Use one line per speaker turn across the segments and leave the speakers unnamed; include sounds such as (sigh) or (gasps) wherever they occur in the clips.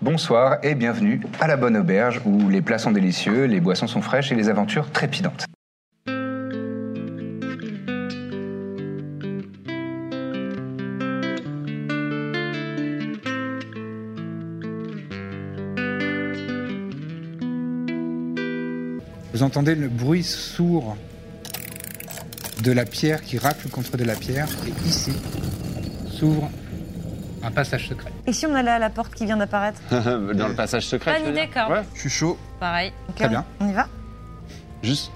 Bonsoir et bienvenue à la Bonne Auberge où les plats sont délicieux, les boissons sont fraîches et les aventures trépidantes.
Vous entendez le bruit sourd de la pierre qui racle contre de la pierre et ici s'ouvre un passage secret.
Et si on allait à la porte qui vient d'apparaître
Euh, Dans le passage
Ah
secret.
Bonne
tu veux
idée,
dire
Corbe.
Ouais.
Je suis chaud.
Pareil. Ok,
Très bien.
euh, On y va
Juste,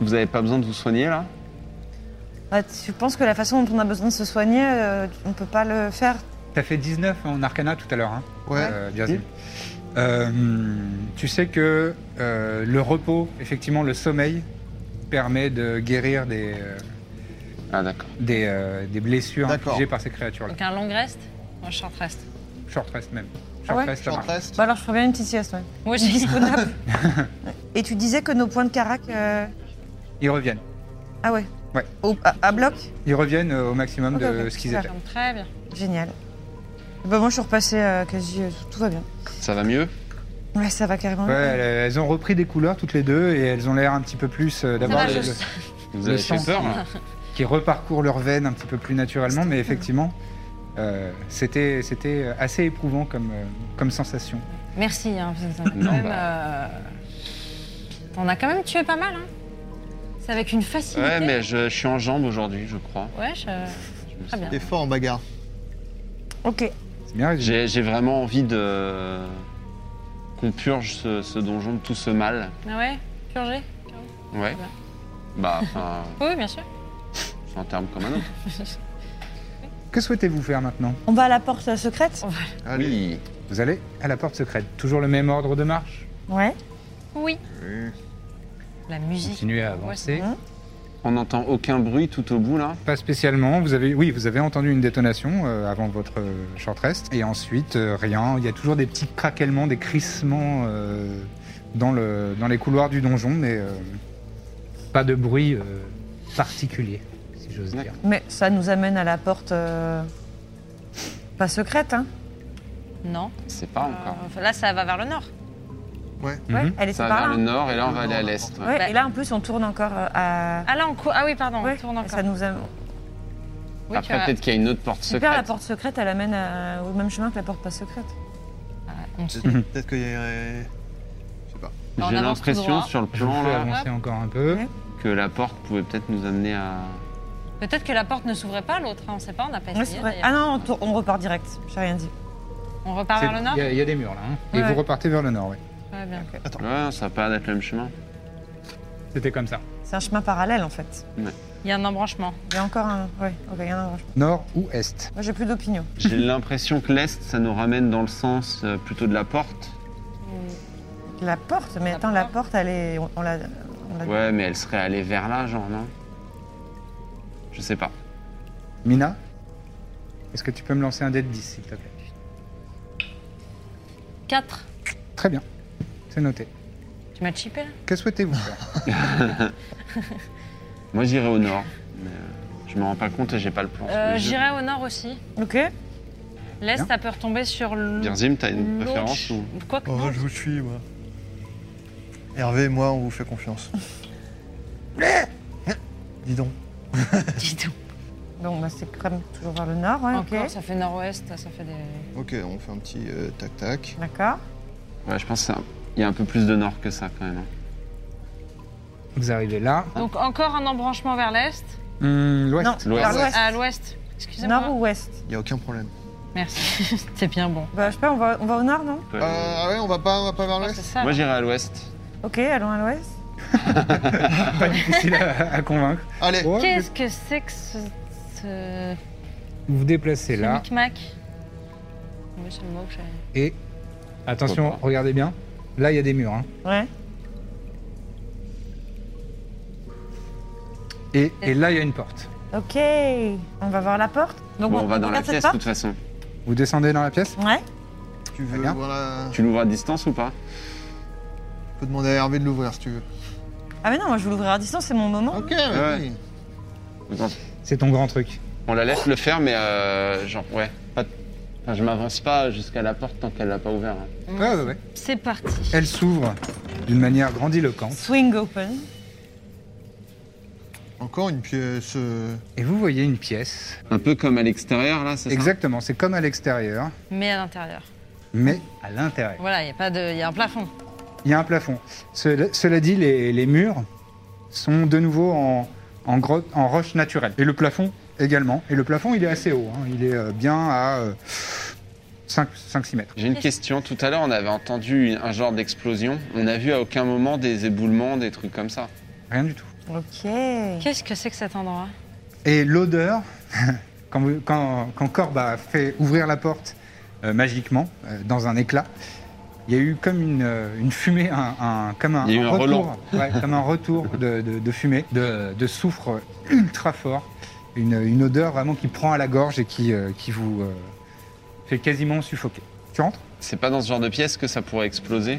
vous avez pas besoin de vous soigner là
Bah, Tu penses que la façon dont on a besoin de se soigner, euh, on peut pas le faire
T'as fait 19 en arcana tout à l'heure, hein,
Ouais.
euh, Jasmine. Euh, tu sais que euh, le repos, effectivement, le sommeil permet de guérir des, euh,
Ah d'accord.
des, euh, des blessures
D'accord.
infligées par ces créatures-là.
Donc un long rest ou un short rest
Short rest même. Short
Ah ouais
rest, ça
J'en
marche.
reste.
Bah alors je ferais bien une petite sieste, ouais.
Moi j'ai
(laughs)
Disponible. Et tu disais que nos points de carac... euh,
Ils reviennent.
Ah ouais
Ouais.
Au- à, à bloc
Ils reviennent euh, au maximum
Ok,
de
ok,
ce qu'ils
Oh, bah, super.
(laughs)
étaient.
Donc très bien.
Génial. Bah moi je suis repassée euh, quasi... euh, tout- tout va bien.
Ça va mieux
Ouais, ça va carrément.
Ouais, elles, elles ont repris des couleurs toutes les deux et elles ont l'air un petit peu plus euh, d'avoir
va,
le-
je-
le-
Vous
Le
avez fait
sang.
peur hein
(laughs)
là
qui reparcourt leurs veines un petit peu plus naturellement, mais effectivement, euh, c'était c'était assez éprouvant comme, euh, comme sensation.
Merci. Hein, parce que ça a quand
Non,
même,
bah.
euh, On a quand même tué pas mal. Hein. C'est avec une facilité.
Ouais, mais je, je suis en jambes aujourd'hui, je crois.
Ouais, je-
Je me
Très bien.
T'es fort en bagarre.
Ok.
C'est bien
J'ai
résumé.
j'ai vraiment envie de qu'on purge ce, ce donjon de tout ce mal.
Ah ouais, purgé.
Ouais.
Ouais.
Bah, enfin,
Oui, bien sûr.
c'est un terme comme un autre.
Que souhaitez-vous faire maintenant
On va à la porte euh, secrète
Allez.
Vous allez à la porte secrète. Toujours le même ordre de marche.
Ouais.
Oui.
Oui.
La musique.
Continuez à avancer.
Ouais,
On n'entend aucun bruit tout au bout là.
Pas spécialement. Vous avez, oui, vous avez entendu une détonation euh, avant votre euh, short rest. Et ensuite, euh, rien. Il y a toujours des petits craquellements, des crissements euh, dans, le, dans les couloirs du donjon, mais euh, pas de bruit euh, particulier, si j'ose dire.
Mais ça nous amène à la porte... euh, Pas secrète, hein
Non.
C'est pas encore.
Euh, là, ça va vers le nord.
Ouais,
Mhm.
elle est
Ça
par
va vers
là.
le
hein.
nord et là on va aller à l'est. ouais.
Ouais,
Bah-
et là en plus on tourne encore euh, à...
Ah là, on cou- ah oui, pardon,
Ouais,
on tourne encore.
Ça nous amène...
Oui, tu
Après
as-
peut-être qu'il y a une autre porte
Super, la
secrète.
porte secrète, elle amène à- au même chemin que la porte pas secrète.
Ah, on se-
Peut-être euh, qu'il y a. Je sais pas.
On
J'ai
avance tout
l'impression
droit.
sur le
Je vous
plan
fais
là
avancer encore un peu.
Ouais.
que la porte pouvait peut-être nous amener à
Peut-être que la porte ne s'ouvrait pas, l'autre. hein, On ne sait pas, on n'a pas
Ouais,
essayé.
c'est vrai.
d'ailleurs.
Ah non, on, tour- on repart direct, j'ai rien dit.
On repart vers le
Ah, C'est-
nord
Il y a- il y, a des murs là. hein. Et
Ouais.
vous repartez vers le nord, oui.
Ouais, bien.
Ouais, ça a pas l'air d'être le même chemin.
C'était comme ça.
C'est un chemin parallèle en fait.
Il y a un embranchement.
Il y a encore un. Ouais, ok, il y en a un.
Nord ou est
Moi j'ai plus d'opinion.
J'ai l'impression que l'est, ça nous ramène dans le sens euh, plutôt de la porte.
La porte, mais
La
attends, la porte, elle est. On, on la. on la-
Ouais, mais elle serait allée vers là, genre, non Je sais pas.
Mina, est-ce que tu peux me lancer un dé de 10, s'il te plaît
4.
Très bien, c'est noté.
Tu m'as chippé là
Que souhaitez-vous faire
Moi, j'irai au nord. Mais euh, je me rends pas compte et j'ai pas le plan. sous
Euh,
les yeux.
J'irai au nord aussi.
Ok.
L'est,
Bien.
ça peut retomber sur le.
Birzim, t'as une
l'autre-
préférence ou...
Quoi que
Oh,
non.
je vous suis, moi. Hervé et moi, on vous fait
(laughs)
confiance. Dis donc.
Dis donc.
Donc bah, c'est quand même toujours vers le nord, ouais,
Encore,
ok.
ça fait nord-ouest, ça fait des.
Ok, on fait un petit euh, tac-tac.
D'accord.
Ouais, je pense qu'il y a un peu plus de nord que ça quand même. hein.
Vous arrivez là.
Donc encore un embranchement vers l'est. Ah,
Hum, L'ouest.
Non,
L'ouest.
vers l'ouest.
À l'ouest. Excusez-moi.
Nord ou ouest
Il n'y a aucun problème.
Merci. (laughs) C'est bien bon.
Bah je sais pas, on va, on va au nord, non
On peut
Euh,
aller-
ah ouais, on va pas, on va pas vers
Je crois que
l'est
C'est ça.
Moi,
là.
j'irai à l'ouest.
Ok, allons à l'ouest.
Pas difficile à, à convaincre.
(laughs) Allez,
Ouais,
Qu'est-ce que c'est que ce. ce...
vous vous déplacez
ce
là.
micmac tombé sur le mot que j'avais.
Et attention,
Pourquoi pas.
regardez bien. Là, il y a des murs. hein.
Ouais.
Et, et là, il y a une porte.
Ok. On va voir la porte. Donc
Bon, on va dans la
regarde cette
pièce de toute façon.
Vous descendez dans la pièce
porte Ouais.
Tu veux
bien.
voir la-
Tu l'ouvres à distance ou pas
Tu peux demander à Hervé de l'ouvrir si tu veux.
Ah mais non, moi je vais l'ouvrir à distance, c'est mon moment.
Ok, vas-y.
Attends,
C'est ton grand truc.
On la laisse le faire, mais euh, genre, ouais. pas- enfin, je m'avance pas jusqu'à la porte tant qu'elle l'a pas ouvert. hein.
Ouais, ouais, ouais.
C'est parti.
Elle s'ouvre d'une manière grandiloquente.
Swing open.
Encore une pièce. euh,
Et vous voyez une pièce.
Un peu comme à l'extérieur, là, c'est ça
Exactement, c'est comme à l'extérieur,
Mais à l'intérieur.
mais à l'intérieur.
Voilà, il y a pas de, il y a un plafond.
Il y a un plafond. Cela, cela dit, les, les murs sont de nouveau en, en, grotte- en roche naturelle. Et le plafond également. Et le plafond, il est assez haut. hein. Il est euh, bien à 5-6 mètres.
J'ai une question. Tout à l'heure, on avait entendu une- un genre d'explosion. On a vu à aucun moment des éboulements, des trucs comme ça.
Rien du tout.
Ok.
Qu'est-ce que c'est que cet endroit
Et l'odeur, (laughs) quand, vous- quand, quand Corbe a fait ouvrir la porte euh, magiquement, euh, dans un éclat, il y a eu comme une, euh, une fumée, un, un- comme un,
Il y a eu un
retour,
relent.
ouais, comme un retour de, de- de fumée, de, de soufre ultra fort, une, une odeur vraiment qui prend à la gorge et qui, euh, qui vous euh, fait quasiment suffoquer. Tu rentres
C'est pas dans ce genre de pièce que ça pourrait exploser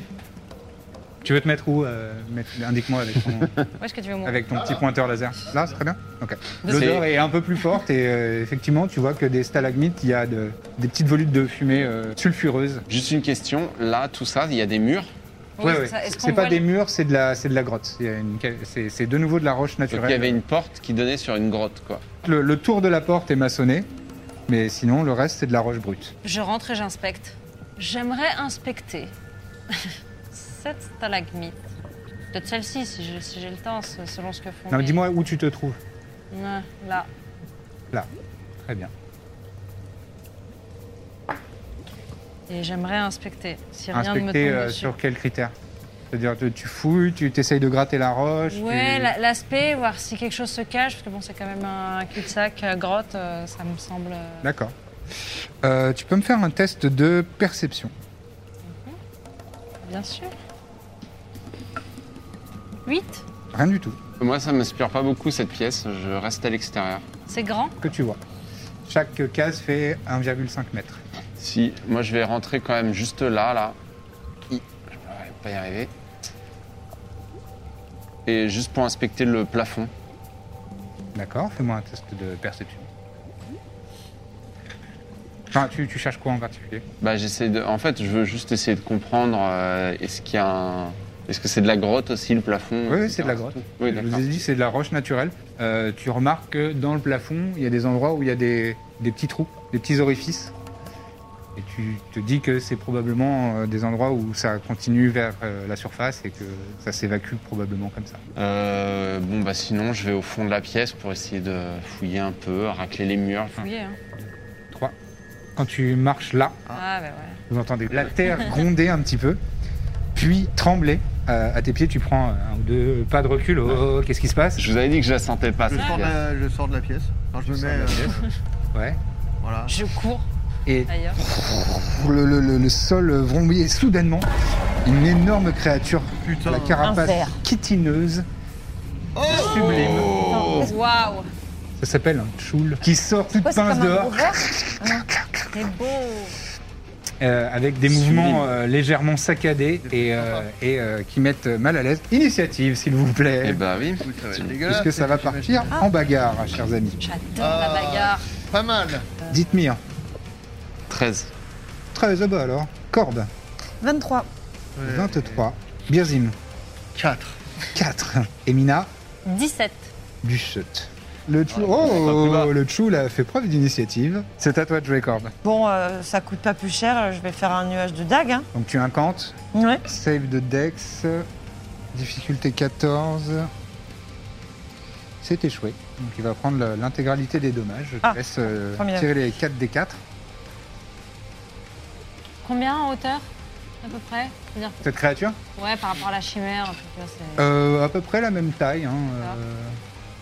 Tu veux te mettre où euh, mettre- Indique-moi avec (laughs) ton...
Où est-ce que tu veux mourir
Avec ton petit pointeur laser. Là, c'est très bien Ok.
C'est-
L'odeur est un peu plus forte et euh, effectivement, tu vois que des stalagmites, il y a de- des petites volutes de fumée euh, sulfureuse.
Juste une question. Là, tout ça, il y a des murs.
Oui,
Ouais,
c'est
ouais.
ça. Est-ce qu'on
C'est pas
voit
des
le-
murs, c'est de la, c'est de la grotte. Il y a une ca- C'est c'est de nouveau de la roche
Donc,
naturelle.
il y avait une porte qui donnait sur une grotte, quoi.
le, le tour de la porte est maçonné, mais sinon, le reste, c'est de la roche brute.
Je rentre et j'inspecte. J'aimerais inspecter (laughs) cette stalagmite. Peut-être celle-ci, si j'ai si j'ai le temps, se- selon ce que font.
Non,
les-
dis-moi où tu te trouves.
Ouais, Là.
Très bien.
Et j'aimerais inspecter. Si rien ne me tombe
Inspecter euh,
dessus.
sur quels critères C'est-à-dire, tu, tu fouilles, tu t'essayes de gratter la roche.
Ouais,
tu-
la- l'aspect, voir si quelque chose se cache, parce que bon, c'est quand même un cul-de-sac, euh, grotte, euh, ça me semble. euh,
D'accord. Euh, tu peux me faire un test de perception. Bah.
Bien sûr. 8
Rien du tout.
Moi, ça m'inspire pas beaucoup, cette pièce. Je reste à l'extérieur.
C'est grand
que tu vois. Chaque case fait 1,5 mètre.
Si, moi, je vais rentrer quand même juste là, là. Hi, Je vais pas y arriver. Et juste pour inspecter le plafond.
D'accord, fais-moi un test de perception. Enfin, tu, tu cherches quoi en particulier
Bah, j'essaie de. En fait, je veux juste essayer de comprendre. euh, est-ce qu'il y a un. Est-ce que c'est de la grotte aussi, le plafond
Oui, oui,
etc.
c'est de la grotte.
Oui,
Je
d'accord.
vous ai dit, c'est de la roche naturelle. Euh, tu remarques que dans le plafond, il y a des endroits où il y a des, des petits trous, des petits orifices. Et tu te dis que c'est probablement euh, des endroits où ça continue vers euh, la surface et que ça s'évacue probablement comme ça.
Euh, bon, bah, sinon, je vais au fond de la pièce pour essayer de fouiller un peu, racler les murs. Enfin,
Oui, hein.
Quand tu marches là,
Ah, bah ouais.
Vous entendez la terre gronder un petit peu, puis trembler. Euh, à tes pieds, tu prends un ou deux pas de recul. Oh, oh, oh, qu'est-ce qui se passe
Je vous avais dit que je la sentais pas,
Je,
cette
sors de
pièce.
la, je sors de la pièce. Enfin, je me mets. euh,
Ouais.
voilà.
Je cours
Et
d'ailleurs.
le, le- le- le sol vrombit et soudainement, une énorme créature,
Putain.
la carapace
Un ver.
chitineuse, sublime.
Waouh
Ça s'appelle un tchoul, qui sort toute
Quoi, c'est
pince
comme un
dehors.
gros verre
C'est
Oh.
beau
euh, avec des
Sublime.
mouvements euh, légèrement saccadés et, euh, et, euh, qui mettent mal à l'aise. Initiative, s'il vous
Eh
plaît,
bah oui.
Écoute, ça va être dégueulasse.
puisque ça va
j'imagine.
partir en bagarre, chers amis.
J'adore
Ah.
la bagarre
Pas mal.
Dites-moi,
13.
très bas alors, corde.
23.
23. Birzim,
4.
4. Emina,
17.
Duchut.
Ah,
Le Tchou,
plus bas.
oh, le Tchou là, fait preuve d'initiative. C'est à toi de jouer corde.
Bon, euh, ça coûte pas plus cher, euh, je vais faire un nuage de dague. Hein.
Donc tu incantes,
Ouais.
save de Dex, difficulté 14. C'est échoué. Donc il va prendre la- l'intégralité des dommages. Je te
Ah,
laisse euh,
trop bien.
tirer les 4 des 4.
Combien en hauteur À peu près C'est-à-dire-
Cette créature
Ouais, par rapport à la chimère, un truc là, c'est.
Euh, À peu près la même taille. hein,
Ah.
euh,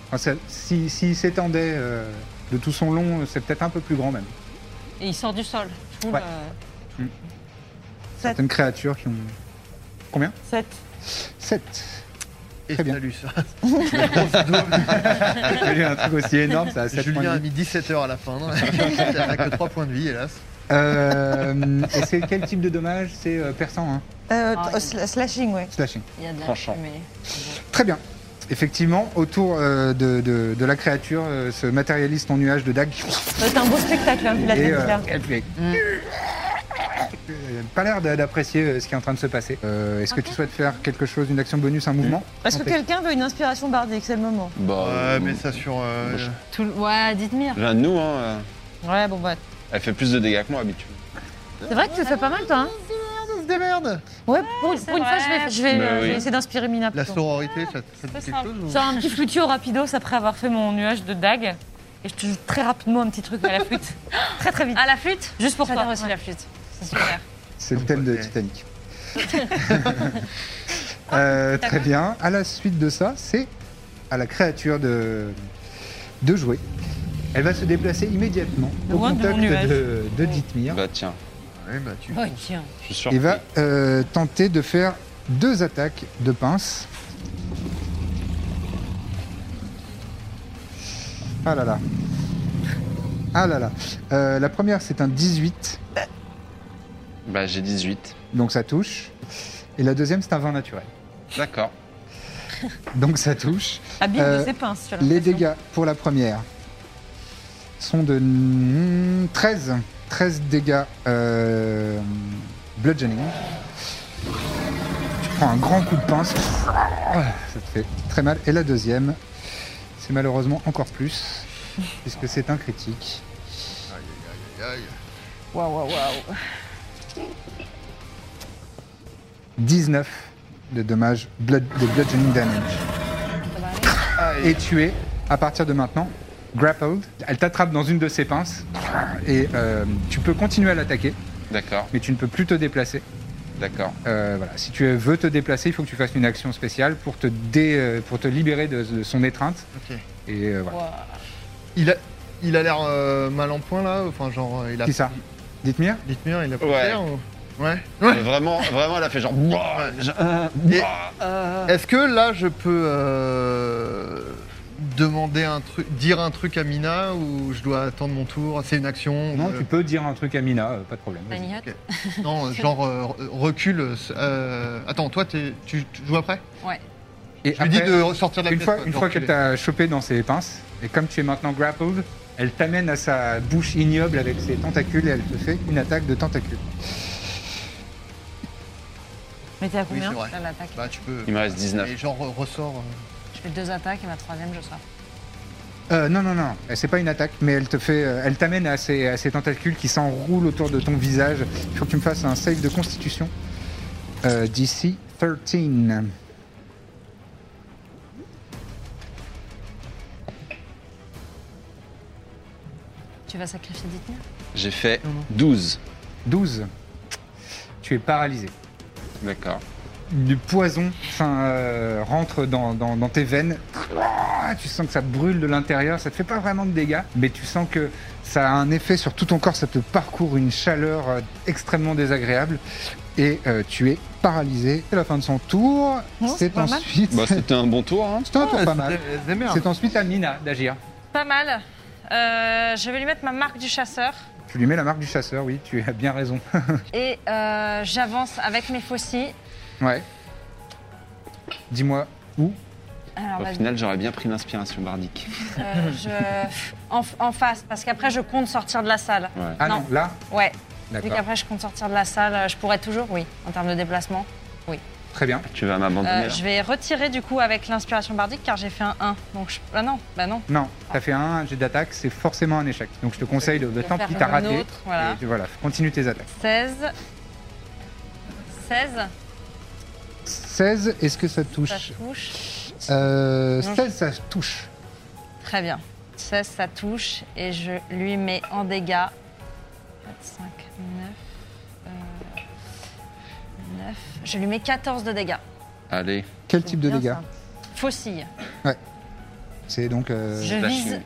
enfin, ça- si- S'il s'étendait euh, de tout son long, c'est peut-être un peu plus grand même.
Et il sort du sol. Je trouve,
Ouais.
euh,
Sept.
Certaines créatures qui ont. Combien
Sept.
7.
Et
Très bien.
salut,
(laughs)
ça.
un truc aussi énorme, ça a 7
Julien
points
a
de vie.
mis 17 heures à la fin.
(laughs)
Il n'a que 3 points de vie, hélas.
Euh, et c'est quel type de dommage C'est euh, perçant, hein
Euh,
Ah,
t-
oui.
sl- slashing, ouais.
Slashing.
Il y a de la
Tranchant.
fumée.
Très bien. Effectivement, autour euh, de, de- de la créature euh, se matérialise ton nuage de dagues. (laughs)
C'est un beau spectacle, hein, vu la
Et,
tête
euh,
là.
elle fait- Elle a pas l'air d'a- d'apprécier euh, ce qui est en train de se passer. Euh, Est-ce que tu souhaites faire quelque chose, une action bonus, un mouvement
Est-ce que
Tenter.
quelqu'un veut une inspiration bardique C'est le moment.
Bah,
Ouais,
euh,
mais ça sur. euh,
Moi, je-
Tout le- Ouais, dites-moi.
L'un de nous, hein, euh,
Ouais, bon, bah.
elle fait plus de dégâts que moi habituellement.
C'est vrai que tu fais pas mal, toi. Hein
On se démerde
ouais, pour,
c'est
pour une fois, je vais,
vrai.
je vais,
Bah
Mais
euh, je vais
oui.
essayer d'inspirer Mina.
La
plutôt.
sororité, ça, ça dit
C'est
quelque
simple.
chose ou-
Genre un petit flutio rapidos après avoir fait mon nuage de dague. Et je te joue très rapidement un petit
(laughs)
truc à la
(gasps)
flûte. très très vite.
Ah, la flûte
Juste pour
J'adore
toi.
aussi
Ouais.
la flûte. C'est super.
C'est le thème de
Ok. (laughs)
Titanic.
Ah,
Euh, très bien. À la suite de ça, c'est à la créature de, de jouer. Elle va se déplacer immédiatement au
Loin de
contact
mon nuage.
de, de Dithmir
Bah tiens,
Ouais, bah, tu-
Oh, tiens.
je suis sûr.
et
que-
va euh, tenter de faire deux attaques de pince. Ah là là. Ah là là. Euh, la première, c'est un 18,
Bah j'ai 18.
donc ça touche. Et la deuxième, c'est un 20 naturel,
D'accord.
donc ça touche.
Habile
Euh,
de ses pinces. j'ai
Les
l'impression.
dégâts pour la première sont de mm, 13. 13 dégâts euh, bludgeoning. Tu prends un grand coup de pince. Ah, Ça te fait très mal. Et la deuxième, c'est malheureusement encore plus, puisque c'est un critique.
Aïe.
19 de dommages blood- de bludgeoning damage. Et tu es, à partir de maintenant, grappled. Elle t'attrape dans une de ses pinces et euh, tu peux continuer à l'attaquer,
D'accord,
mais tu ne peux plus te déplacer.
d'accord.
Euh, voilà. Si tu veux te déplacer, il faut que tu fasses une action spéciale pour te, dé- euh, pour te libérer de, de son étreinte.
Ok.
Et euh, voilà.
Il a il a l'air euh, mal en point là Enfin, genre, euh, il a.
Qui ça Dites-moi.
Dithmir, il a pas
Ouais.
l'air ou- Ouais.
Mais vraiment, vraiment, elle a fait genre. Bouah Je- euh,
Et-
bouah
Euh.
Est-ce que là, je peux euh, demander un truc, dire un truc à Mina ou je dois attendre mon tour C'est une action
Non,
euh,
tu peux dire un truc à Mina, euh, pas de problème.
La
vas-y.
niote.
Ok.
(laughs)
Non, genre euh, re- recule. euh, attends, toi, t'es- tu, tu joues après
Ouais.
Et
Je lui dis
après,
de ressortir de la
Une
pièce,
fois,
quoi,
une
de
fois qu'elle
reculer.
t'a chopé dans ses pinces, et comme tu es maintenant grappled, elle t'amène à sa bouche ignoble avec ses tentacules et elle te fait une attaque de tentacules.
Mais t'es à
Oui,
combien
c'est vrai.
Là, l'attaque.
Bah, tu peux.
Il me reste 19.
Et genre euh, ressort. euh,
Je fais deux attaques et ma troisième, je sors.
Euh, non, non, non, c'est pas une attaque, mais elle te fait, euh, elle t'amène à ses, à ses tentacules qui s'enroulent autour de ton visage. Il faut que tu me fasses un save de constitution euh, d'ici 13.
Tu vas sacrifier Dithmir
J'ai fait 12.
12. Tu es paralysé.
D'accord.
du poison enfin, euh, rentre dans, dans- dans tes veines. Ah, Tu sens que ça te brûle de l'intérieur, ça te fait pas vraiment de dégâts, mais tu sens que ça a un effet sur tout ton corps, ça te parcourt une chaleur euh, extrêmement désagréable et euh, tu es paralysé. C'est la fin de son tour.
Non, Oh, c'est
C'est
pas mal.
ensuite.
Bah c'était un bon tour, hein
(laughs) C'est un tour pas mal.
c'est- c'est merde.
C'est ensuite à Mina d'agir.
Pas mal. Euh, je vais lui mettre ma marque du chasseur.
Tu lui mets la marque du chasseur, oui, tu as bien raison. (laughs)
Et euh, j'avance avec mes faucilles.
ouais. Dis-moi où
Alors,
Au
vas-y,
final, j'aurais bien pris l'inspiration bardique.
euh,
(laughs)
je... en, en face, parce qu'après, je compte sortir de la salle.
Ouais. Ah.
Ah non,
Non.
là
Ouais, vu
D'accord.
qu'après, je compte sortir de la salle, euh, je pourrais toujours, oui, en termes de déplacement.
Très bien.
Tu vas m'abandonner
Euh,
là
je vais retirer, du coup, avec l'inspiration bardique, car j'ai fait un 1. Donc, je... bah non, bah non.
Non, t'as fait un jet d'attaque, c'est forcément un échec. Donc je te conseille de, de
vais
tant
faire
pis, t'as
un
raté.
autre, voilà.
Et tu- voilà, continue tes attaques.
16. 16,
16, est-ce que
ça
ça touche
touche.
Euh,
Non,
16, ça touche.
Très bien. 16, ça touche et je lui mets en dégâts. 4, 5, 9. euh, 9. Je lui mets 14 de dégâts.
Allez.
Quel type de
bien,
dégâts
ça.
Faucille.
C'est donc. euh,
Je
la
vise
chimie.
I'm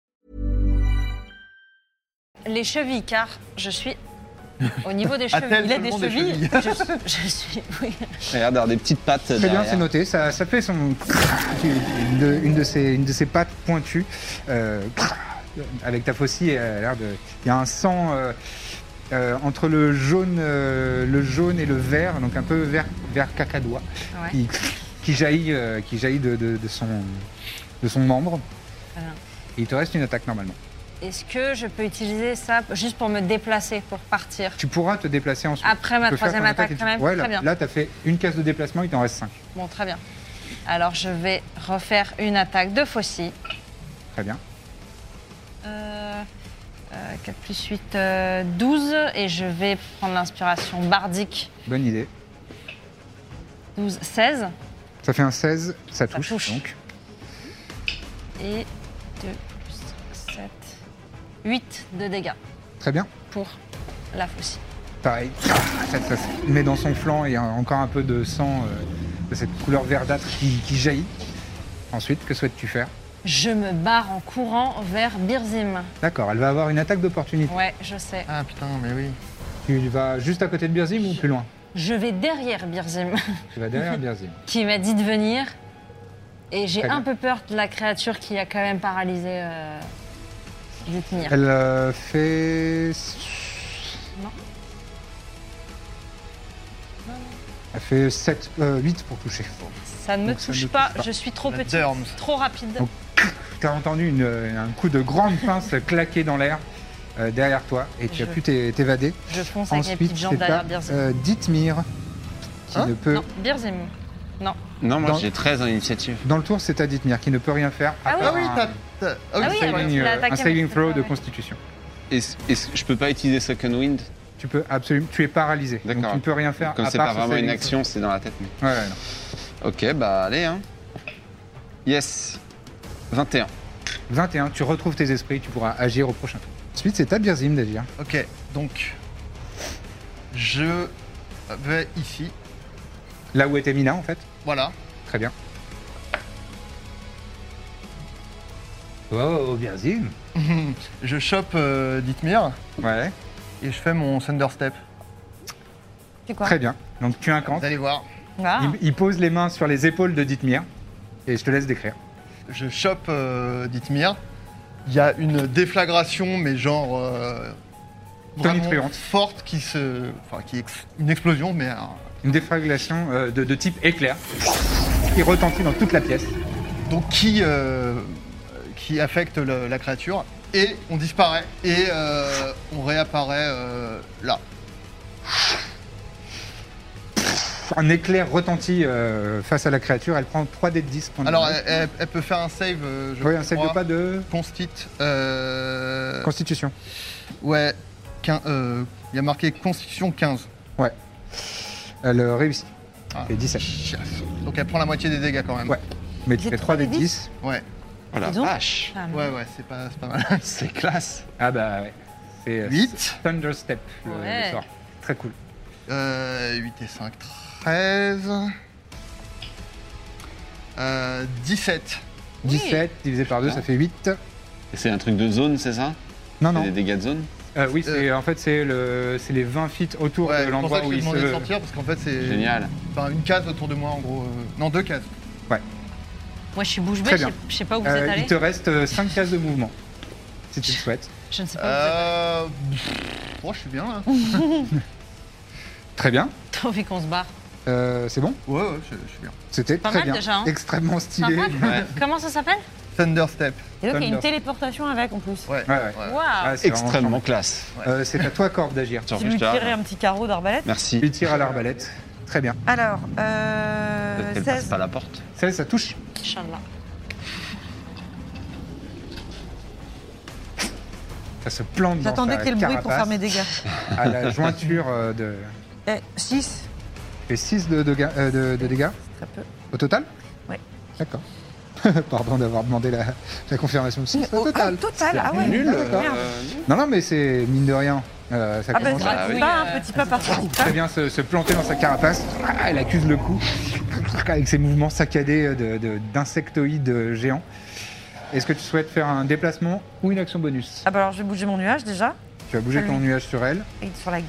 Les chevilles, car
(laughs)
je suis au niveau des chevilles.
A-t-elle
Il a
tout le
des
monde des
chevilles.
chevilles
je, je suis. (laughs) Oui.
Regarde, alors, des petites pattes.
Très bien,
derrière.
c'est noté. Ça, ça fait son. (laughs) Une de, une de ses, une de ses pattes pointues. euh, avec ta faucille, elle a l'air de. Il y a un sang euh, euh, entre le jaune, euh, le jaune et le vert, donc un peu vert, vert cacadois,
Ouais.
qui, qui jaillit, euh, qui jaillit de, de- de son, de son membre.
Voilà.
Et il te reste une attaque normalement.
Est-ce que je peux utiliser ça juste pour me déplacer, pour partir
Tu pourras te déplacer ensuite.
Après ma
Tu peux faire ton
troisième attaque,
et tu-
quand même.
Ouais,
Très
là,
bien.
là, t'as fait une case de déplacement, il t'en reste 5.
Bon, très bien. Alors, je vais refaire une attaque de faucille.
Très bien.
Euh, euh, 4 plus 8, euh, 12. Et je vais prendre l'inspiration bardique.
Bonne idée.
12, 16.
Ça fait un 16, ça touche,
touche.
donc.
Et 2 plus 7. 8 de dégâts
Très bien.
pour la faucille.
Pareil, Ah, ça, ça se met dans son flanc et encore un peu de sang, euh, de cette couleur verdâtre qui, qui jaillit. Ensuite, que souhaites-tu faire
Je me barre en courant vers Birzim.
D'accord, elle va avoir une attaque d'opportunité.
Ouais, je sais.
Ah putain, mais oui.
Tu vas juste à côté de Birzim ou plus loin
Je vais derrière Birzim, (laughs)
Tu vas derrière Birzim.
qui m'a dit de venir. Et j'ai
Très bien.
un peu peur de la créature qui a quand même paralysé euh, de tenir.
Elle euh, fait.
Non.
Elle fait 7, euh, 8 pour toucher.
Ça ne me
Donc ça ne
touche
touche
pas,
pas.
je suis trop
La
petite,
Derms.
trop rapide.
Donc, T'as entendu une- un coup de grande pince claquer dans l'air euh, derrière toi et tu as
Je-
pu t'é- t'évader.
Je fonce avec mes
Ensuite,
petites jambes
c'est
derrière
pas
Birzim.
euh, Dithmir qui
Hein
ne peut
Non, Birzim. Non.
Non, moi
Dans-
j'ai 13 en initiative.
Dans le tour, c'est à Dithmir qui ne peut rien faire à
Ah oui.
Ah
part
oui,
un-
t'as. t'as- Ah oui,
Ah oui,
c'est vrai.
elle-
un, saving,
c'est
euh,
l'attaque
un saving
avec-
throw de
ouais.
constitution.
Est-ce- est-ce- je peux pas utiliser Second Wind
Tu peux absolument, tu es paralysé, donc
D'accord.
tu ne peux rien faire.
Comme
à
c'est
part
pas
ce
vraiment
saving
une
throw.
action, c'est dans la tête. mais-
Ouais, ouais, non.
Ok, bah allez, hein. Yes. 21.
21, tu retrouves tes esprits, tu pourras agir au prochain tour. Ensuite, c'est à Birzim d'agir.
Ok, donc. Je vais ici.
Là où était Mina, en fait.
Voilà.
Très bien. Oh, Birzim.
(laughs) je chope euh, Dithmir
Ouais.
et je fais mon Thunder Step.
C'est quoi
Très bien. Donc tu
Vous
incantes.
allez voir.
Ah.
Il, il pose les mains sur les épaules de Dithmir et je te laisse décrire.
Je chope euh, Dithmir. Il y a une déflagration, mais genre. euh, vraiment
Tonitruante.
forte qui se. Enfin, qui ex- une explosion, mais. alors,
Une défragration euh, de, de type éclair qui retentit dans toute la pièce.
donc qui. euh, qui affecte le- la créature. Et on disparaît. Et euh, on réapparaît euh, là.
Un éclair retentit euh, face à la créature. Elle prend 3 d de 10. points de
Alors,
vie.
elle, elle- elle peut faire un save. euh, je
Oui, un save de
crois.
pas de
Constit. euh,
Constitution.
ouais. quin- euh, Il y a marqué Constitution 15.
Elle euh, réussit.
Ah.
Et 17.
Chiasse. Donc elle prend la moitié des dégâts quand même.
Ouais. Mais tu
J'ai
fais 3
trois
d
des
10.
Ouais,
Oh la
Dis donc.
vache.
Ah,
ouais, ouais, c'est pas, c'est pas mal.
C'est classe.
Ah bah ouais. C'est euh,
Huit.
Thunder Step le,
Ouais.
le sort. Très cool.
Euh, 8 et 5, 13. Euh, 17.
17 divisé par 2, ça fait 8.
Et C'est un truc de zone, c'est ça
Non,
C'est
non.
Des dégâts de zone
Euh, oui, c'est, en fait, c'est, le, c'est les 20 feet autour
Ouais,
de
c'est pour
l'endroit
ça que
où
je lui
il
demandais de
se...
sortir parce qu'en fait c'est.
Génial.
Enfin, une case autour de moi en gros. euh, Non, deux cases.
Moi, je suis bouche
Très
bée, je sais-
bien.
je sais pas où vous
Euh,
êtes allé.
il te reste 5 cases de mouvement, si tu le souhaites.
Je ne sais pas où vous êtes
Euh. pff, Oh, je suis bien là.
Très bien.
allé. T'as envie qu'on se barre
Euh, c'est bon
Ouais, ouais, je, je suis bien.
C'était
Pas
très
mal
bien.
déjà, hein.
Extrêmement stylé.
Sympa. Comment ça s'appelle
Thunder Step.
Et donc, il y a une
Thunder.
téléportation avec en plus.
Ouais.
Ouais, ouais.
Waouh
Ah, c'est vraiment
Extrêmement classe.
chambé. Euh, c'est à toi, Corbe, d'agir.
Sur
Si lui tirait un petit carreau d'arbalète.
Merci.
Il tire à l'arbalète. Très bien.
Alors, euh,
Peut-être qu'elle passe
16.
pas la porte.
Celle, ça touche.
Inch'Allah.
Ça se plante dans
J'attendais
sa
qu'il y ait le bruit pour
carapace,
faire mes dégâts.
À la jointure euh, de...
Eh, 6.
Et 6 de, de ga- euh, de- de dégâts
Très peu.
Au total
Ouais.
D'accord. (laughs) Pardon d'avoir demandé la, la confirmation. Six au total.
total, Oh, ah ouais.
Nul.
Ah,
euh,
d'accord.
Non, non, mais c'est mine de rien. euh, ça
Ah ben,
commence à-
bah, pas un petit pas par petit pas.
très bien se, se planter dans sa carapace. Ah, Elle accuse le coup (laughs) avec ses mouvements saccadés de- de- d'insectoïdes euh, géants. Est-ce que tu souhaites faire un déplacement ou une action bonus
Ah bah alors je vais bouger mon nuage déjà.
Tu vas bouger
Salut.
ton nuage sur elle.
Et sur la gueule.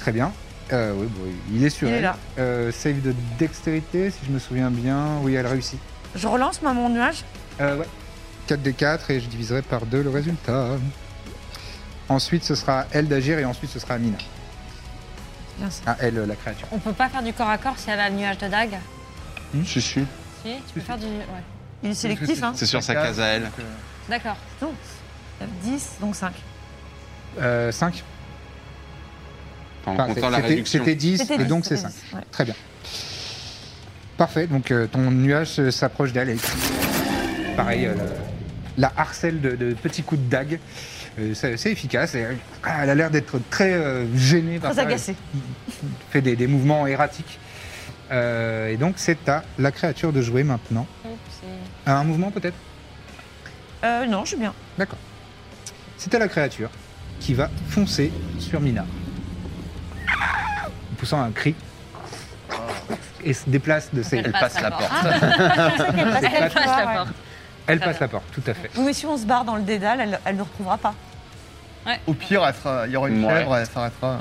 Très bien. Euh, oui, bon, il est sur
Il est
elle.
là.
Euh, save de dextérité, si je me souviens bien. Oui, elle réussit.
Je relance moi mon nuage.
Euh, ouais. 4 des 4 et je diviserai par 2 le résultat. Ensuite, ce sera à elle d'agir et ensuite ce sera à Mina.
Bien ça.
À elle, euh, la créature.
On peut pas faire du corps à corps si elle a le nuage de dague
Si, si.
Si, tu peux faire du. Ouais.
Il est sélectif hein.
C'est sur sa case à elle.
D'accord.
Donc 10, donc 5.
Euh, 5
En
Parfait.
comptant la
C'était-
réduction.
C'était 10, et donc c'est 5. Très bien. Parfait, donc euh, ton nuage euh, s'approche d'elle et... Pareil, euh, la, la harcèle de, de petits coups de dague. Euh, c'est c'est efficace. et, euh, ah, elle a l'air d'être très euh, gênée par
Très
ça.
agacée.
Elle fait des, des mouvements erratiques. Euh, et donc c'est à la créature de jouer maintenant. Un mouvement peut-être
Euh, non, je suis bien.
D'accord. C'est à la créature qui va foncer sur Mina. En poussant un cri. Et se déplace de ses.
Ah. Elle passe la porte.
Ah,
(laughs) Elle passe la
hein.
porte.
Elle passe la porte, tout à fait.
Oui, mais si on se barre dans le dédale, elle, elle ne retrouvera pas.
Au pire, elle sera- il y aura une
Ouais.
fièvre, elle s'arrêtera.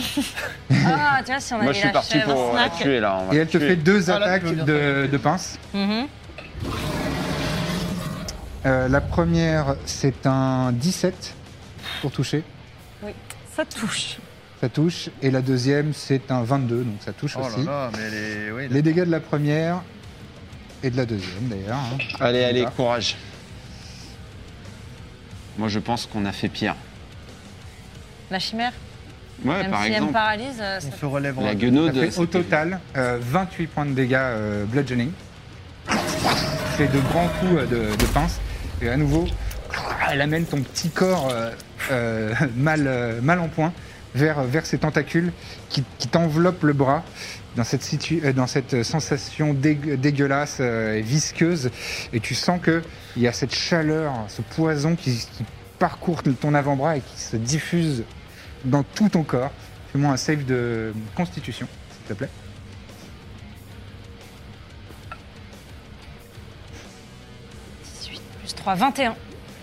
Ah, tu vois, si on avait
Moi, je suis
la
parti
chèvre.
pour la
Snack.
tuer là. on va
Et elle te
tuer.
fait deux
Ah, là,
attaques
tu veux bien
de, de pince.
Mhm.
Euh, la première, c'est un 17 pour toucher.
Ça touche.
Ça touche. Et la deuxième, c'est un 22, donc ça touche
Oh là
aussi.
là, mais elle est. oui,
Les dégâts de la première et de la deuxième, d'ailleurs. hein.
Allez, allez,
Voilà.
courage. Moi, je pense qu'on a fait pire.
La chimère.
Ouais,
Même
par
si elle me
exemple.
paralyse, euh, ça
on se relèvera.
La
Ça
guenaude.
fait au
c'était-
total euh, 28 points de dégâts euh, bludgeoning. Fait de grands coups euh, de, de pince. Et à nouveau, ah, elle amène ton petit corps euh, euh, (laughs) mal, euh, mal en point vers, euh, vers ses tentacules qui, qui t'enveloppent le bras dans cette, situ- euh, dans cette sensation dégue- dégueulasse euh, et visqueuse. Et tu sens qu'il y a cette chaleur, ce poison qui, qui parcourt ton avant-bras et qui se diffuse dans tout ton corps. Fais-moi un save de constitution, s'il te plaît.
plus 3, 21.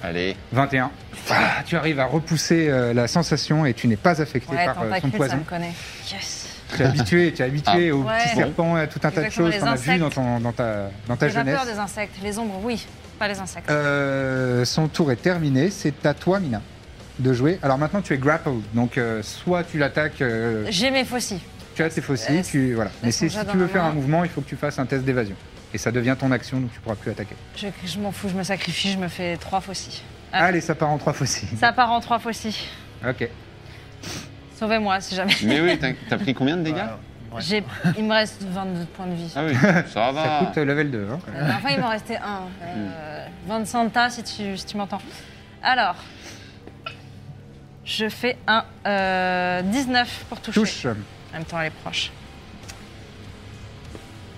Allez.
21. Ah, tu arrives à repousser euh, la sensation et tu n'es pas affecté
Ouais,
par euh, son
tentacule, ça
poison.
me connaît. Yes.
Tu es habitué, tu es habitué aux
Ouais.
petits
Bon.
serpents et à tout un tas de
Exactement,
choses
les
qu'on a vu
insectes.
dans, ton- dans ta, dans ta
J'ai pas peur
jeunesse.
des insectes. Les ombres, oui. Pas les insectes.
Euh, son tour est terminé, c'est à toi, Mina, de jouer. Alors maintenant, tu es grappled, donc euh, soit tu l'attaques, euh,
J'ai mes faucilles.
tu as tes
Euh,
faucilles, tu, voilà. Mais
elles
c'est-
sont
si
déjà
tu
dans
veux
la
faire
main.
un mouvement, il faut que tu fasses un test d'évasion. Et ça devient ton action, donc tu pourras plus attaquer.
Je, je m'en fous, je me sacrifie, je me fais 3 faucilles. Ah.
Allez, ça part en trois faucilles.
Ça part en 3 faucilles.
Ok.
Sauvez-moi si jamais.
Mais oui, t'as- t'as pris combien de dégâts
Voilà. Ouais.
J'ai- Il me reste 22 points de vie.
Ah oui, ça
Ça
va.
coûte level 2. hein.
Euh, Enfin, il m'en restait un. Euh,
Hmm.
25 tas si tu, si tu m'entends. Alors, je fais un euh, 19 pour toucher.
Touche.
En même temps, elle est proche.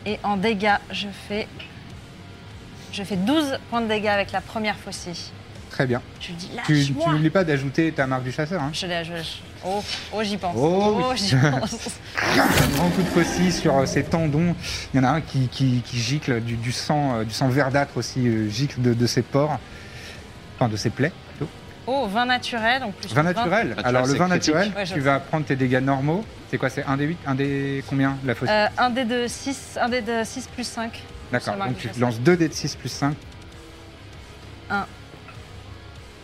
Et en dégâts, je fais. Je fais 12 points de dégâts avec la première faucille.
Très bien.
Je lui dis,
Tu, tu
lâche-moi
n'oublies pas d'ajouter ta marque du chasseur. Hein.
Je l'ai, je l'ai. Oh, oh j'y pense.
Oh, oui. (laughs)
j'y pense.
Un grand coup de faucille sur euh, ses tendons. Il y en a un qui, qui- qui gicle du, du sang, euh, du sang verdâtre aussi, euh, gicle de, de ses pores. Enfin, de ses plaies. plutôt.
Oh, 20 naturel, donc plus
Vin naturel.
Naturel,
Alors, le
c'est
vin
critique.
naturel,
Ouais, je
tu
sais.
vas prendre tes dégâts normaux. C'est quoi C'est un des 8 Un des combien la faucille
1 des 2, 6, 1 des 2, 6 plus 5.
D'accord.
Euh, la marque
Donc,
du
tu te
chasseur.
lances 2 dés de 6 plus 5.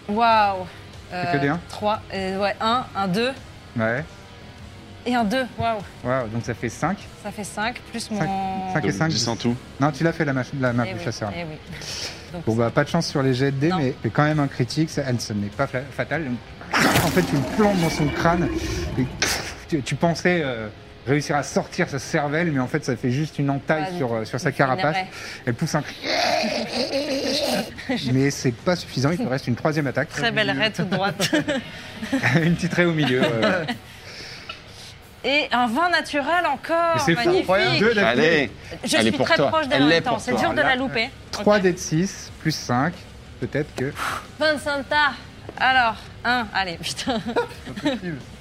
Waouh
C'est que des 1?
3, ouais, 1, 1, 2
Ouais.
et un 2. Waouh,
Waouh, donc ça fait 5.
ça fait 5 plus mon.
Cinq- cinq
Donc,
et 5.
10 en tout.
Non, tu l'as fait la, mach- la
Oh.
marque
Eh
du
oui,
chasseur.
eh oui. Donc,
Bon bah pas de chance sur les jets de dés,
Non.
mais, mais quand même un critique, ça, elle ce n'est pas fa- fatal. Donc, en fait tu le plantes dans son crâne et tu, tu pensais euh, réussir à sortir sa cervelle, mais en fait, ça fait juste une entaille
Ah,
sur, euh, sur sa
il fait une
carapace.
raie.
Elle pousse
(laughs)
un cri, mais c'est pas suffisant. Il te reste une troisième attaque.
Très belle raie toute droite.
(laughs) une petite raie au milieu.
(laughs)
euh.
Et un vin naturel encore.
Mais c'est fou,
magnifique.
incroyable. Deux d'affilée. Allez,
Je
elle est
suis
pour
très
toi.
proche
Elle
d'elle en
l'est
même temps.
pour
C'est
toi.
dur de
Là.
la louper.
3 dés de 6, plus 5. Peut-être que.
25 tas. Alors, 1, allez, putain.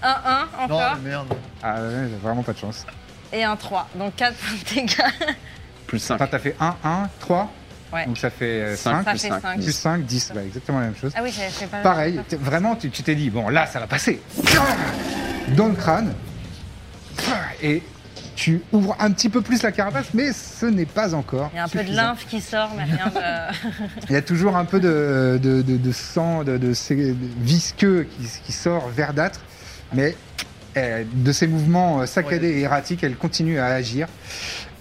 1, 1 encore.
merde.
Ah ouais, j'ai vraiment pas de chance.
Et un 3. Donc 4 points de dégâts. (laughs)
Plus 5. Enfin, t'as fait 1, 1, 3.
Ouais.
Donc ça fait euh,
Cinq
5.
Ça plus fait cinq. cinq.
Plus 5, 10. Bah, exactement la même chose.
Ah oui, j'avais fait pas mal.
Pareil, t'es- vraiment, tu tu t'es dit, bon, là, ça va passer. Dans le crâne. Et tu ouvres un petit peu plus la carapace, mais ce n'est pas encore.
Il y a un peu de
suffisant.
lymphe qui sort, mais
(laughs)
rien de.
Il y a toujours un peu de, de- de- de sang, de, de- de visqueux qui, qui sort verdâtre, mais euh, de ses mouvements euh, saccadés et erratiques, elle continue à agir.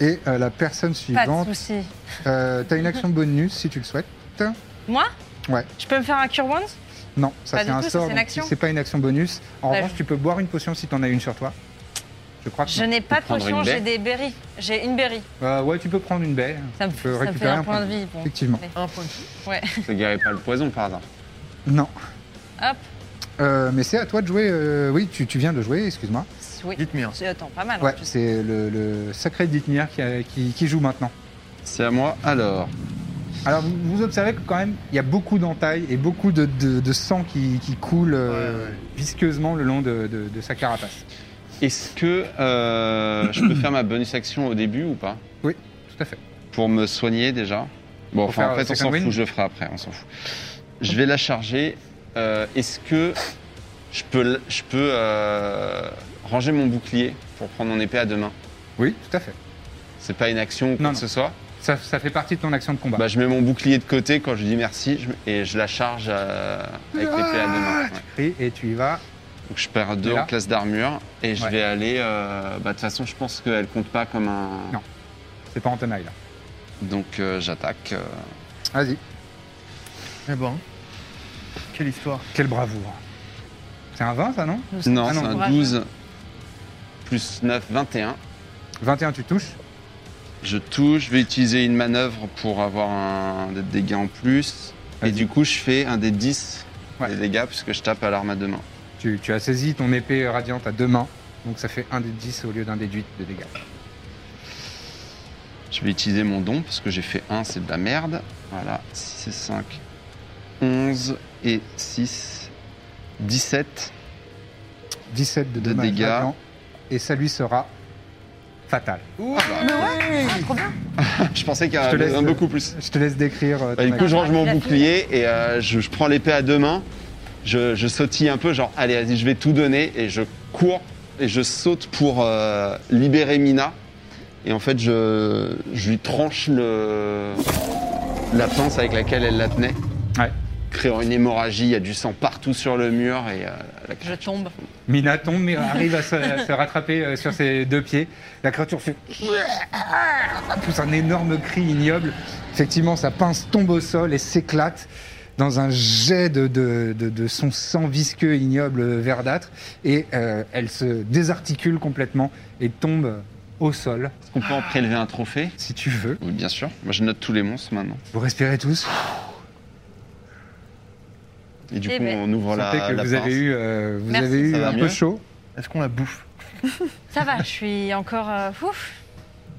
Et euh, la personne
Pas de
suivante,
soucis.
euh, t'as une action bonus si tu le souhaites.
Moi
Ouais.
Je peux me faire un cure wounds
Non, ça
Pas
c'est
du
un
tout, ça,
sort,
c'est une
donc
action. Bah,
c'est pas une action bonus. En
Ouais.
revanche, tu peux boire une potion si t'en as une sur toi. Je crois que
Je
non.
n'ai pas de potion, j'ai des berries. J'ai une berry.
Euh, ouais, tu peux prendre une baie.
Ça me,
Tu peux
ça me fait
récupérer
un point de vie. bon.
Effectivement.
Allez. Un point de vie. Ouais.
Ça guérit pas le poison par hasard.
Non.
Hop.
Euh, mais c'est à toi de jouer. euh, oui, tu, tu viens de jouer, excuse-moi.
Oui.
hein.
C'est- Attends, pas mal. hein,
Ouais, c'est le, le sacré Dithmir qui, a- qui- qui joue maintenant.
C'est à moi alors.
Alors vous, vous observez que quand même, il y a beaucoup d'entailles et beaucoup de, de- de sang qui, qui coule euh, visqueusement le long de, de- de sa carapace.
Est-ce que euh, je peux faire ma bonus action au début ou pas
Oui, tout à fait.
Pour me soigner déjà Bon,
Pour
enfin,
faire
en fait, on
second
s'en
win
fout, je le ferai après, on s'en fout. Je vais la charger. Euh, Est-ce que je peux, l- je peux euh, ranger mon bouclier pour prendre mon épée à deux mains
Oui, tout à fait.
C'est pas une action ou quoi que ce soit
ça, fait partie de ton action de combat.
Bah, je mets mon bouclier de côté quand je dis merci je me- et je la charge euh, avec l'épée à deux mains.
Ah,
ouais.
Et, et tu y vas.
Donc je perds deux
Et là
en classe d'armure et je
Ouais.
vais aller. euh, bah, De toute façon, je pense qu'elle compte pas comme un.
Non, c'est pas en tenaille là.
Donc euh, j'attaque. euh,
Vas-y.
Mais bon. Eh ben, Quelle histoire.
Quelle bravoure. C'est un 20 ça, non
Non,
Ah,
c'est un 12 plus 9, 21.
21, tu touches
Je touche, je vais utiliser une manœuvre pour avoir un des dégâts en plus. Et du coup, je fais un des 10 des dégâts puisque je tape à l'arme à deux mains.
Tu, tu as saisi ton épée radiante à deux mains, donc ça fait un des 10 au lieu d'un des 8 de dégâts.
Je vais utiliser mon don parce que j'ai fait 1, c'est de la merde. Voilà, 6 et 5, 11 et 6, 17.
17 de,
De
dommages
dégâts.
radiants, et ça lui sera fatal.
(laughs) Je pensais qu'il y
Je te
en
laisse,
avait un
euh,
beaucoup plus.
Je te laisse décrire. euh,
Bah,
ton
du coup, je
action.
range mon bouclier et euh, je, je prends l'épée à deux mains. Je, je sautille un peu, genre, allez, vas-y, je vais tout donner. Et je cours et je saute pour euh, libérer Mina. Et en fait, je, je lui tranche le, la pince avec laquelle elle la tenait. Créant une hémorragie, il y a du sang partout sur le mur. Et, euh, la-
Je tombe.
Mina tombe, mais arrive à se, à se rattraper euh, sur ses deux pieds. La créature fait Ah, pousse un énorme cri ignoble. Effectivement, sa pince tombe au sol et s'éclate dans un jet de, de- de- de son sang visqueux, ignoble, euh, verdâtre. Et euh, elle se désarticule complètement et tombe au sol.
Est-ce qu'on peut en prélever un trophée
Si tu veux.
Oui, bien sûr. Moi, je note tous les monstres maintenant.
Vous respirez tous.
Et du
Eh
coup,
ben.
on ouvre
Vous
la,
sentez que
la
vous avez
pince.
eu, euh, vous
Merci.
avez eu
Ça va
un
mieux
peu chaud.
Est-ce qu'on la bouffe
Ça va, je suis encore euh, ouf.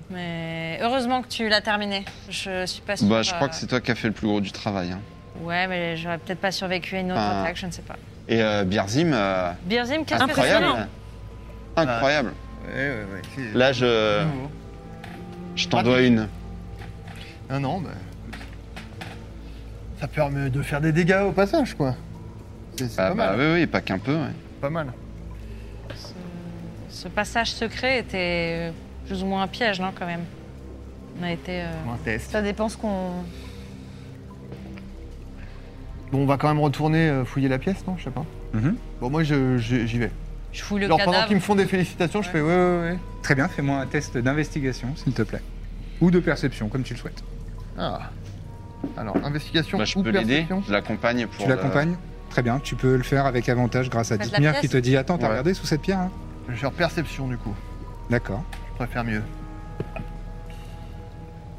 Mais heureusement que tu l'as terminé. Je suis pas sûre.
Bah, je crois
euh,
que c'est toi qui as fait le plus gros du travail. hein.
Ouais, mais j'aurais peut-être pas survécu à une autre
Ah.
attaque, je ne sais pas.
Et euh, Birzim. euh,
Birzim, qu'est-ce que c'est
Incroyable. Incroyable. Là, je.
Mmh.
Je t'en dois une.
Non, non, mais. Ça permet de faire des dégâts au passage, quoi. C'est c'est
Ah
pas,
bah
mal.
oui, oui, pas qu'un peu. ouais.
pas mal.
Ce passage secret était euh, plus ou moins un piège, non, quand même On a été. euh,
Un test.
Ça dépend ce qu'on.
Bon, on va quand même retourner euh, fouiller la pièce, non Je sais pas.
Mhm.
Bon, moi, je- je- j'y vais.
Je fouille le
Alors, pendant
cadavre.
qu'ils me font des félicitations, je fais ouais, ouais, ouais.
Très bien, fais-moi un test d'investigation, s'il te plaît. Ou de perception, comme tu le souhaites.
Ah. Alors, investigation
Bah, je
ou
peux l'aider,
perception
je l'accompagne pour. euh,
Tu
ben,
l'accompagnes Très bien, tu peux le faire avec avantage grâce à
Faites la
Dithmir qui
pièce.
te dit Attends, t'as
euh, Ouais.
regardé sous cette pierre hein
Je vais faire perception, du coup.
D'accord.
Je préfère mieux.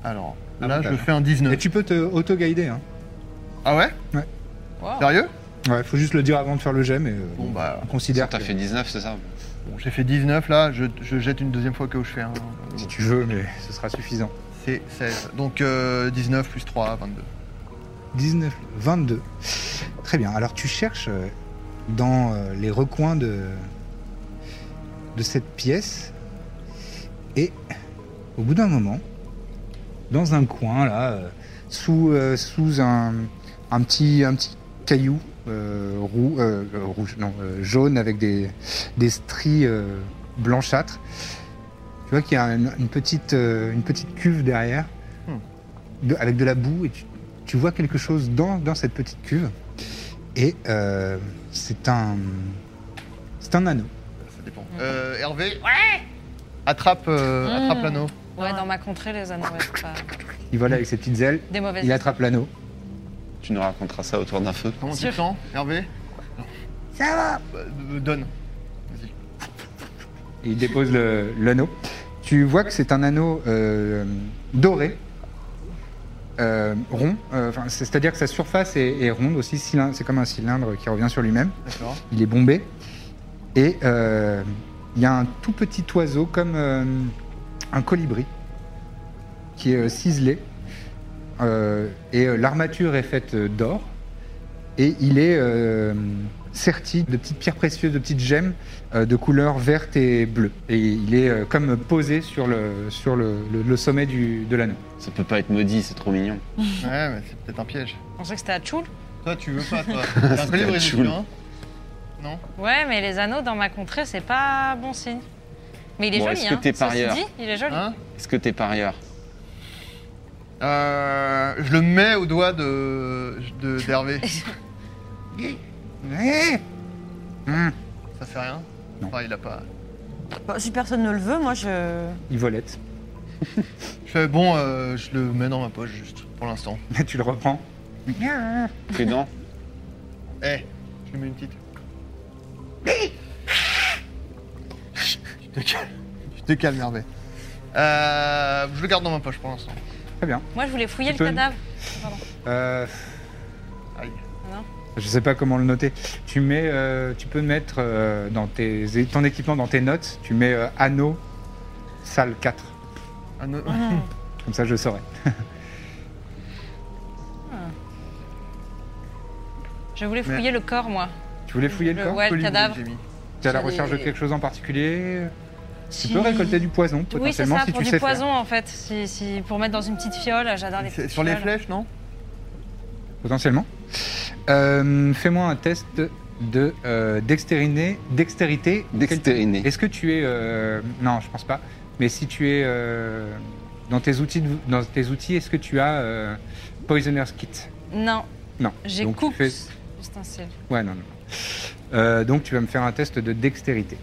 Alors,
Ah
là, je fais un 19.
Et tu peux te auto-guider. Hein.
Ah ouais
Ouais.
Sérieux
Ouais, faut juste le dire avant de faire le jet, mais euh,
Bon, bah,
on considère.
T'as
que-
fait 19, c'est ça
bon, j'ai fait 19 là, je, je jette une deuxième fois que je fais un.
Si tu veux, mais ce sera suffisant.
C'est 16. Donc euh, 19 plus 3, 22.
19, 22. Très bien. Alors tu cherches euh, dans euh, les recoins de, de cette pièce et au bout d'un moment, dans un coin là, euh, sous, euh, sous un, un petit, un petit caillou euh, roux, euh, euh, rouge, non, euh, jaune avec des, des stries euh, blanchâtres, tu vois qu'il y a une, une petite, euh, une petite cuve derrière de- avec de la boue et tu, tu vois quelque chose dans, dans cette petite cuve et euh, c'est un c'est un anneau.
Ça dépend. Euh, Hervé Attrape, euh,
Mm.
attrape l'anneau.
Ouais, dans ma contrée, les anneaux, c'est
(laughs)
pas
Il vole avec ses petites ailes,
des mauvaises.
il attrape l'anneau.
Tu nous raconteras ça autour d'un feu.
Comment tu
Sûr.
te sens, Hervé
Ça va
Bah, euh, Donne. Vas-y.
Il dépose le- l'anneau. Tu vois que c'est un anneau euh, doré, euh, rond. euh, enfin, c'est- C'est-à-dire que sa surface est, est ronde aussi. cylin- C'est comme un cylindre qui revient sur lui-même.
D'accord.
Il est bombé. Et euh, il y a un tout petit oiseau comme euh, un colibri qui est euh, ciselé. Euh, et euh, l'armature est faite euh, d'or. Et il est euh, serti de petites pierres précieuses, de petites gemmes euh, de couleur verte et bleue. Et il est euh, comme posé sur le, sur le, le- le sommet du, de l'anneau.
Ça peut pas être maudit, c'est trop mignon.
Ouais, mais c'est peut-être un piège.
On pensait que c'était à Tchoul.
Toi, tu veux pas, (laughs) toi. T'es un
(laughs) C'était
colibri,
Tchoul.
dis-tu, hein Non
Ouais, mais les anneaux dans ma contrée, c'est pas bon signe. Mais il est
Bon,
joli,
est-ce que
hein.
t'es
Ceci
parieur
dit, il est joli.
Hein
Est-ce que t'es parieur
Euh, Je le mets au doigt de de- d'Hervé.
Eh Mmh.
Hum, Ça fait rien
Non.
Enfin, il a pas.
Bah, si personne ne le veut, moi je.
Il volette.
Je fais bon, euh, je le mets dans ma poche juste pour l'instant.
(laughs) tu le reprends.
Prudent
Eh, je lui mets une petite. tu te calmes, tu te calmes, Hervé. Euh, je le garde dans ma poche pour l'instant.
Très bien.
Moi, je voulais fouiller
Tu
le
peux-
cadavre.
Euh,
Aïe.
Je sais pas comment le noter. Tu mets, euh, tu peux mettre euh, dans tes, ton équipement, dans tes notes, tu mets euh, anneau salle 4.
Ah, non.
(laughs) Comme ça, je saurai.
Je voulais
Mais-
fouiller le corps, moi.
Tu voulais fouiller le
Le-
corps
ouais.
Colibri,
cadavre.
j'ai mis.
Tu es à la
J'ai
recherche de
des-
quelque chose en particulier Tu
Si-
peux récolter du poison
Oui, c'est
potentiellement
ça,
si
pour
tu
du
sais
poison en fait. Si, si- pour mettre dans une petite fiole, j'adore les
C'est
petites
Sur les
fioles.
flèches, non
faire. Potentiellement. Euh, Fais-moi un test de euh, dextérité. Dextérité.
Dextériné.
Est-ce que tu es euh, non, je pense pas. Mais si tu es euh, dans tes outils, de- dans tes outils, est-ce que tu as euh, poisoner's kit
Non,
Non.
j'ai
Donc, tu
coupe.
fais-
Ustensile.
Ouais, non, non. Euh, donc tu vas me faire un test de dextérité.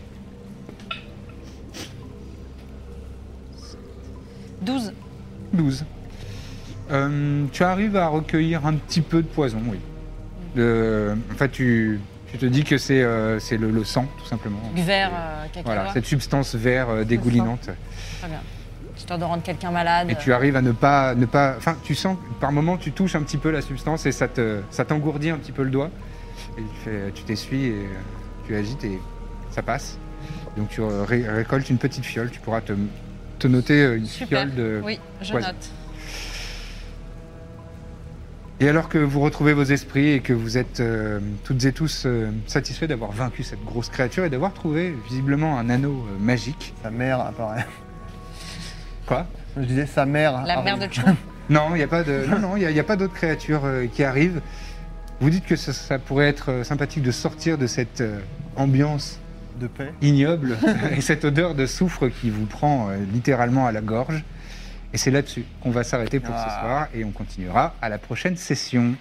12.
12. Euh, tu arrives à recueillir un petit peu de poison, oui. De- en fait, tu, tu te dis que c'est euh, c'est le, le sang, tout simplement.
Du verre, euh, cacahuète.
Voilà, cette substance vert euh, dégoulinante.
Très bien. Histoire de rendre quelqu'un malade.
Et tu arrives à ne pas, ne pas. Enfin, tu sens que par moment tu touches un petit peu la substance et ça te, ça t'engourdit un petit peu le doigt. Et tu fais- tu t'essuies et euh, tu agites et ça passe. Donc tu euh, ré- récoltes une petite fiole. Tu pourras te, te noter euh, une
Super.
fiole de.
Oui, je
poison.
note.
Et alors que vous retrouvez vos esprits et que vous êtes euh, toutes et tous euh, satisfaits d'avoir vaincu cette grosse créature et d'avoir trouvé visiblement un anneau euh, magique.
Sa mère apparaît.
Quoi
Je disais sa
Ah,
mère.
La
arrive.
mère de Tchoum.
Non, il n'y a pas de, non, non, il y a- il y a pas d'autres créatures euh, qui arrivent. Vous dites que ça, ça pourrait être euh, sympathique de sortir de cette euh, ambiance
De paix.
ignoble (laughs) et cette odeur de soufre qui vous prend euh, littéralement à la gorge. Et c'est là-dessus qu'on va s'arrêter pour ce
Ah.
soir et on continuera à la prochaine session.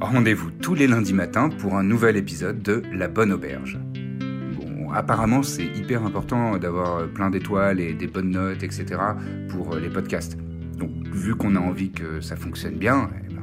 Rendez-vous tous les lundis matins pour un nouvel épisode de La Bonne Auberge. Bon, apparemment, c'est hyper important
euh,
d'avoir plein d'étoiles et des bonnes notes, etc. pour les podcasts. Donc, vu qu'on a envie que ça fonctionne bien, eh ben,